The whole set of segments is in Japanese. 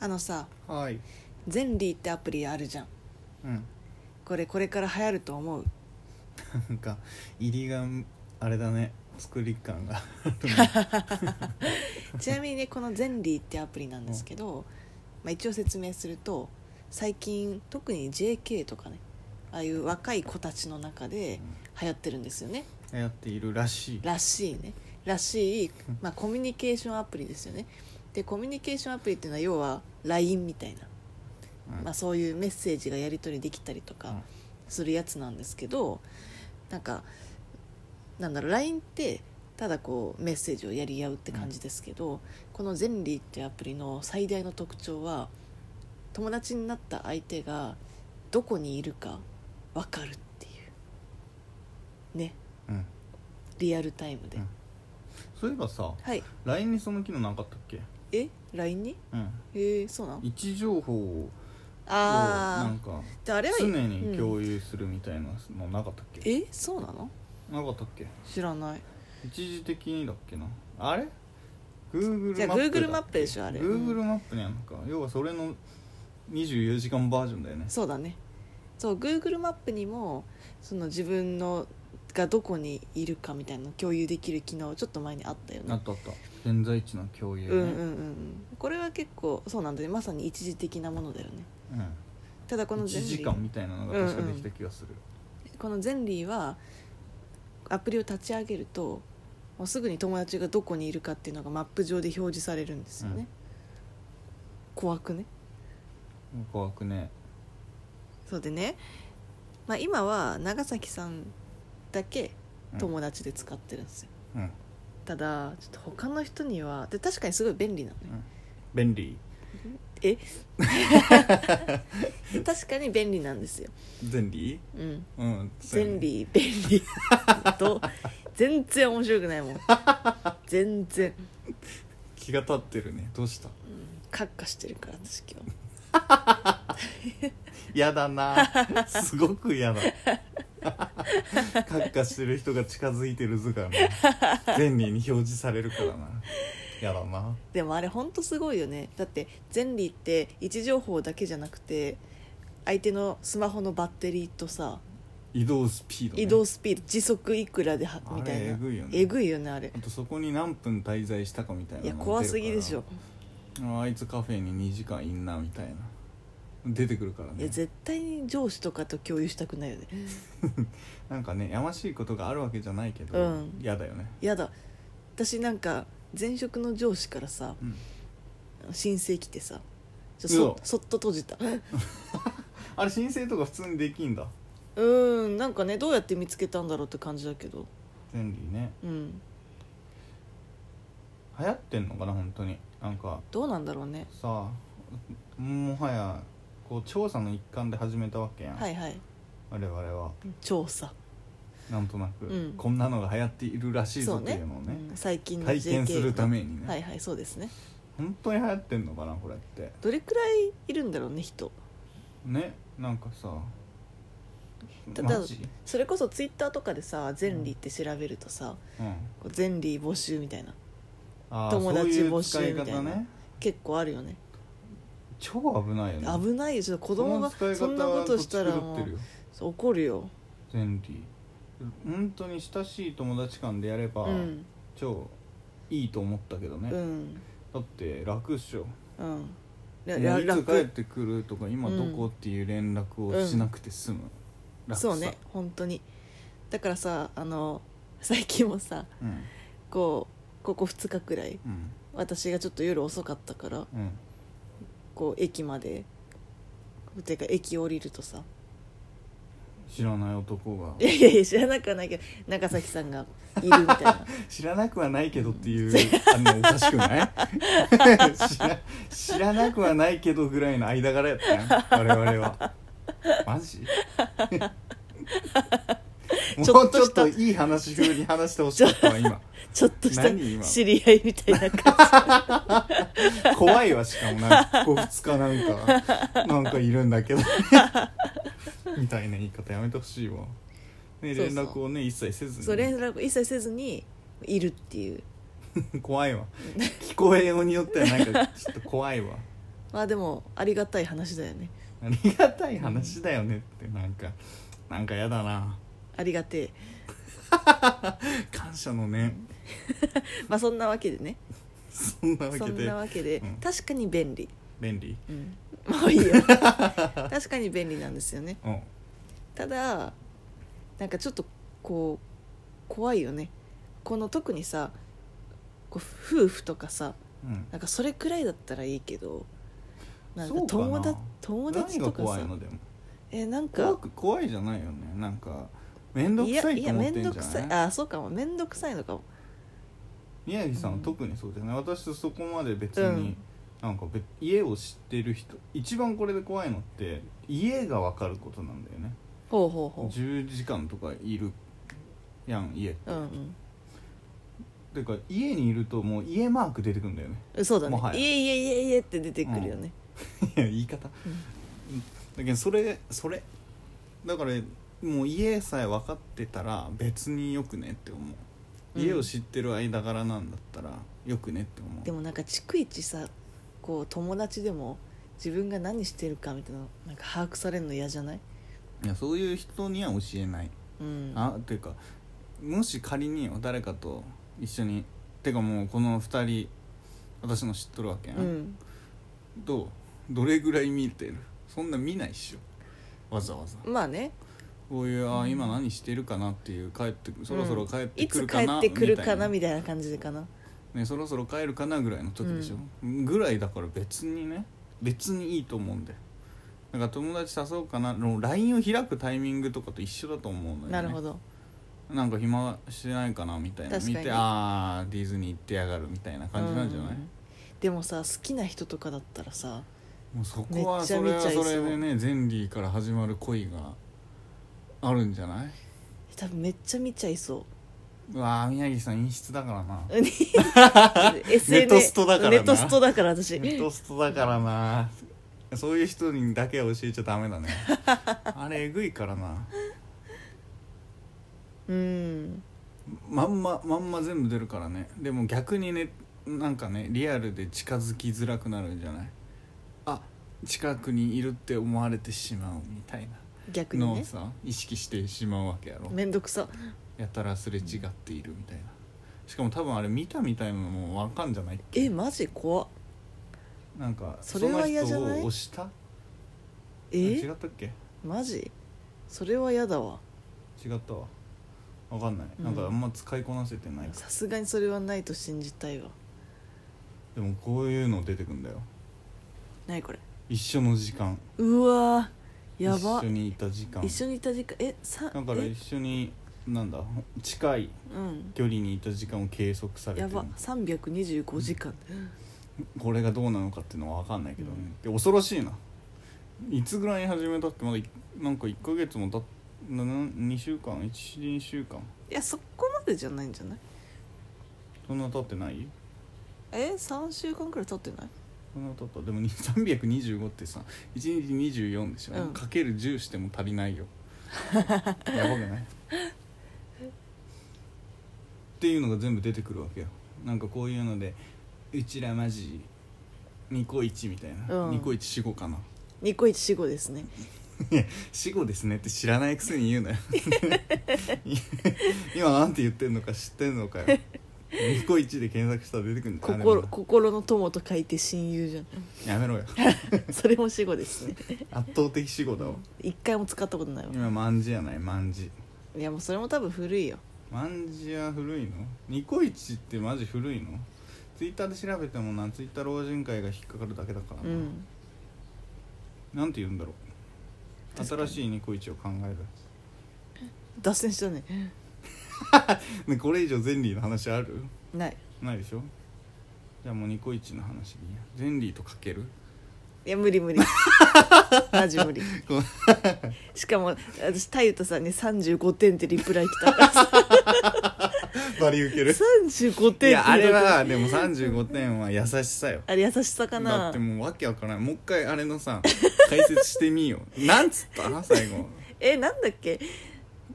あのさはい「ゼンリー」ってアプリあるじゃんうんこれこれから流行ると 思うなんか入りがあれだね作り 感がちなみにねこの「ゼンリー」ってアプリなんですけど、まあ、一応説明すると最近特に JK とかねああいう若い子たちの中で流行ってるんですよねやっているらし いらしいねらしい、まあ、コミュニケーションアプリですよねでコミュニケーションアプリっていうのは要は LINE みたいな、うんまあ、そういうメッセージがやり取りできたりとかするやつなんですけどなんかなんだろう LINE ってただこうメッセージをやり合うって感じですけど、このゼンリーっていうアプリの最大の特徴は友達になった相手がどこにいるか分かるっていうねうんうんリアルタイムで、うんそういえばさはい LINE にその機能なかったっけえ LINE にうんえー、そうなん位置情報をなあんかーであれは常にうん共有するみたいなのなかったっけ、えそうなのなかったっけ知らない一時的にだっけなあれ Google じゃあマップ Google マップでしょあれ Google マップにあるのか、要はそれの24時間バージョンだよねそうだねそう Google マップにもその自分のがどこにいるかみたいなの共有できる機能ちょっと前にあったよあねったあった現在地の共有うねんうんうんうんこれは結構そうなんだねまさに一時的なものだよねうんただこのゼンリ1時ー間みたいなのが確かできた気がする、このゼンリーはアプリを立ち上げるともうすぐに友達がどこにいるかっていうのがマップ上で表示されるんですよね、うん怖くね怖くねそうでね、まあ、今は長崎さんだけ友達で使ってるんですよ、うん、うん、ただちょっと他の人にはで確かにすごい便利なのね、便利 え確かに便利なんですよ便利うんうん便利便利と全然面白くないもん全然気が立ってるねどうしたカッカしてるから私今日や だなすごくや だカッカしてる人が近づいてる図がな便利に表示されるからなやだなでもあれほんとすごいよねだってゼンリーって位置情報だけじゃなくて相手のスマホのバッテリーとさ移動スピード、ね、移動スピード時速いくらではあれみたいなえぐいよねえぐいよねあれあとそこに何分滞在したかみたいないやのが怖すぎでしょ出るからああいつカフェに2時間いんなみたいな出てくるからいやね絶対に上司とかと共有したくないよねなんかねやましいことがあるわけじゃないけど、うんやだよねやだ私なんか前職の上司からさうん申請来てさちょうそわそっと閉じ たうあれ申請とか普通にできんだーんなんかねどうやって見つけたんだろうって感じだけど便利ねうん流行ってんのかな本当になんかどうなんだろうねさあもはやこう調査の一環で始めたわけやん、はいはい我々は調査なんとなく、うんこんなのが流行っているらしいぞそうっていねうのをねうん最近の JK 体験するためにね、はいはいそうですね本当に流行ってんのかなこれってどれくらいいるんだろうね人ねなんかさただマジそれこそツイッターとかでさ「ゼンリー」って調べるとさうん「こうゼンリー募集」みたいなあー友達募集そういうみた使い方いなね結構あるよね超危ないよね危ないよちょっと子供がその使そいん方なはことしたらどっち狂もってるうよそう怒るよゼンリー本当に親しい友達間でやれば、うん超いいと思ったけどね、うんだって楽っしょうんもらうらいつ帰っ楽てくるとか今どこっていう連絡をしなくて済む、楽さそうね本当にだからさあの最近もさうんこうここ2日くらいうん私がちょっと夜遅かったからうんこう駅までてか駅降りるとさ知らない男がいやいやいや知らなくはないけど長崎さんがいるみたい な知らなくはないけどっていう 反応おかしくない 知ら知らなくはないけどぐらいの間柄やったやん我々は マジちもょっうちとょっしたといい話風に話してほしかったわ今ちょっと何し今た知り合いみたいな感怖いわしかもなんかここ2日なんかなんかいるんだけど みたいな言い方やめてほしいわ、ね、そう連そう絡をね一切せずじにそう連絡一切せずにいるっていう怖いわ聞こえようによってはなんかちょっと怖いわまあでもありがたい話だよねありがたい話だよねってなんかなんかやだなありがてえ感謝のねまあそんなわけでねそんなわそけんでなわけで、うん確かに便利、便利うん、もういい よ確かに便利なんですよねうんただなんかちょっとこう怖いよねこの特にさこう夫婦とかさうんなんかそれくらいだったらいいけどなんかそうかな友達友達と何がか怖さいのでもえなんか怖く怖いじゃないよねなんか面倒いくやさいいとや思っ面てん倒じくゃさいないあそうかも面倒くさいのかも宮城さんはうん特にそうじゃない私そこまで別に、うんなんか別家を知ってる人一番これで怖いのって家が分かることなんだよねほうほうほ10時間とかいるやん家ううんてか家にいるともう家マーク出てくるんだよねうんそうだねもはやいえいえいえいえって出てくるよね、いや言い方うんだけどそれそれだからもう家さえ分かってたら別によくねって思ううん家を知ってる間柄なんだったらよくねって思う、でもなんか逐一さこう友達でも自分が何してるかみたいなのなんか把握されるの嫌じゃない、いやそういう人には教えないうん、あていうかもし仮によ誰かと一緒にてかもうこの2人私の知っとるわけやん、うんどうどれぐらい見てるそんな見ないっしょわざわざまあねこういうあー今何してるかなっていう帰ってそろそろ帰っていくつる帰かな、ってくるかなみみたいな感じでかなたいな、ね、そろそろ帰るかなぐらいの時でしょ、ぐらいだから別にね別にいいと思うんだよだから友達誘おうかなの LINE を開くタイミングとかと一緒だと思うのよ、ね、なるほどなんか暇してないかなみたいな確かに見てああディズニー行ってやがるみたいな感じなんじゃない、うんでもさ好きな人とかだったらさもうそこはめっちゃそれは見ちゃいそそうれでねゼンリーから始まる恋があるんじゃない多分めっちゃ見ちゃい そう うわー宮城さん陰湿だからなうん SNS ネトストだからなネトストだから私ネットストだからなそういう人にだけは教えちゃダメだねあれえぐいからなうんまんままんま全部出るからねでも逆にねなんかねリアルで近づきづらくなるんじゃないあ近くにいるって思われてしまうみたい逆なにのをねさ意識してしまうわけやろめんどくさやたらすれ違っているみたいなしかも多分あれ見たみたいなのもわかんじゃないっけえマジ怖っなんかそそれはの嫌人じゃないを押したえ違ったっけマジそれは嫌だわ違ったわわかんない、うんなんかあんま使いこなせてないかさすがにそれはないと信じたいわでもこういうの出てくんだよ何これ一緒の時間うわーやば一緒にいた時間一緒にいた時間えさだからえ一緒になんだ近いうん距離にいた時間を計測されてやるば325時間これがどうなのかっていうのは分かんないけどね、で恐ろしいないつぐらいに始めたってまだいなんか1ヶ月もたっなな2週間12週間いやそこまでじゃないんじゃないそんな経ってないえ3週間くらい経ってないそんな経ったでもに325ってさ1日24でしょ、うんかける10しても足りな いよやばくないっていうのが全部出てくるわけよなんかこういうのでうちらマジニコイチみたいな、うんニコイチ死後かなニコイチ死後ですね死後ですねって知らないくせ に言うなよ今なんて言ってんのか知ってんのかよニコイチで検索したら出てくるんだあでも心心の友と書いて親友じ ゃんやめろよそれも死後ですね圧倒的死後だわ、一回も使ったことないわ今まんじやないまんじいやもうそれも多分古いよマンジは古いのニコイチってマジ古いのツイッターで調べてもなツイッター老人会が引っかかるだけだからうな、んなんて言うんだろう確かに新しいニコイチを考え脱線したねるねこれ以上ゼンリーの話あるないないでしょじゃあもうニコイチの話でいいやゼンリーとかけるいや無理無 理マジ無理ごめんしかも私太陽とさんに35点ってリプライ来たからさ バリウケる35点っていやあれはでも35点は優しさよあれ優しさかだなってもうわけわからないもう一回あれのさ解説してみようなんつった最後えなんだっけ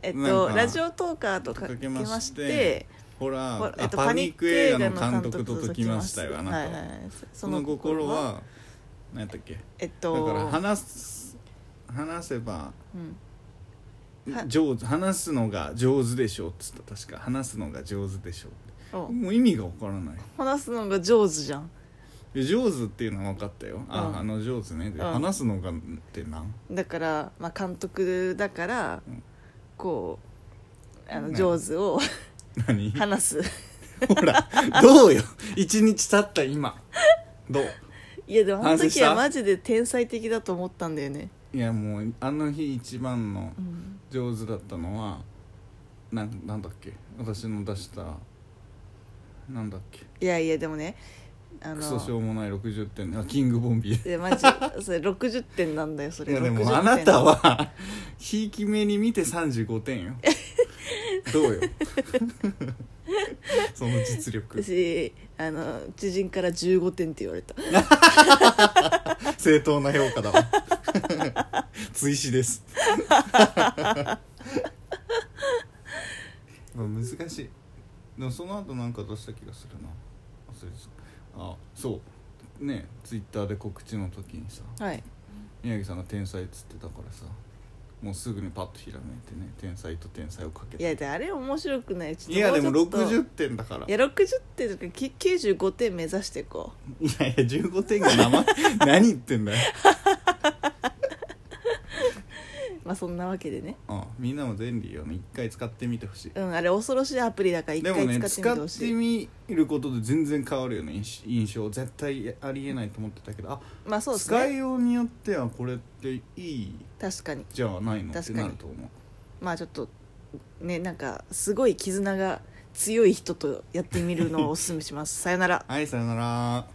えっなんとかラジオトーカーとかけまかけまししててほら、ほらえっとあパニック映画の監督とパニッ解クき映画のま監したよあなたはは、いはいはいその心は何やったっけえっだとから話す話せばうんは上手話すのが上手でしょうっつった確か話すのが上手でしょおうもう意味が分からない話すのが上手じゃんいや上手っていうのは分かったよあ、うんあの上手ねでうん話すのがってなんだから、まあ、監督だから、うんこうあのね上手を 何 話すほらどうよ一日経った今どういやでもあの反省し時たはマジで天才的だと思ったんだよね、いやもうあの日一番のうん、上手だったのはなんなんだっけ私の出したなんだっけいやいやでもねあクソしのょうもない60点あキングボンビーいやマジそれ60点なんだよそいれやで60も点あなたはひいき目に見て35点よ どうよ その実力私あの知人から15点って言われた正当な評価だわ追試ですまあ 難しいでもその後なんか出した気がするな忘れてたあそうねツイッターで告知の時にさはい宮城さんが「天才」っつってたからさもうすぐにパッとひらめいてね天才と天才をかけいてやであれ面白くないちょっいとやでもうちょっと60点だからいや60点とかき95点目指していこういやいや15点が生 何言ってんだよまあそんなわけでねあみんなも便利よね一回使ってみてほしいうんあれ恐ろしいアプリだから一で回も使ってねみ使てほっしい、てみることで全然変わるよね印印象絶対ありえないと思ってたけどあまあそうです使いねようによってはこれっていい確かにじゃないのって確かになると思うまあちょっとねなんかすごい絆が強い人とやってみるのをおすすめしますさよならはいさよなら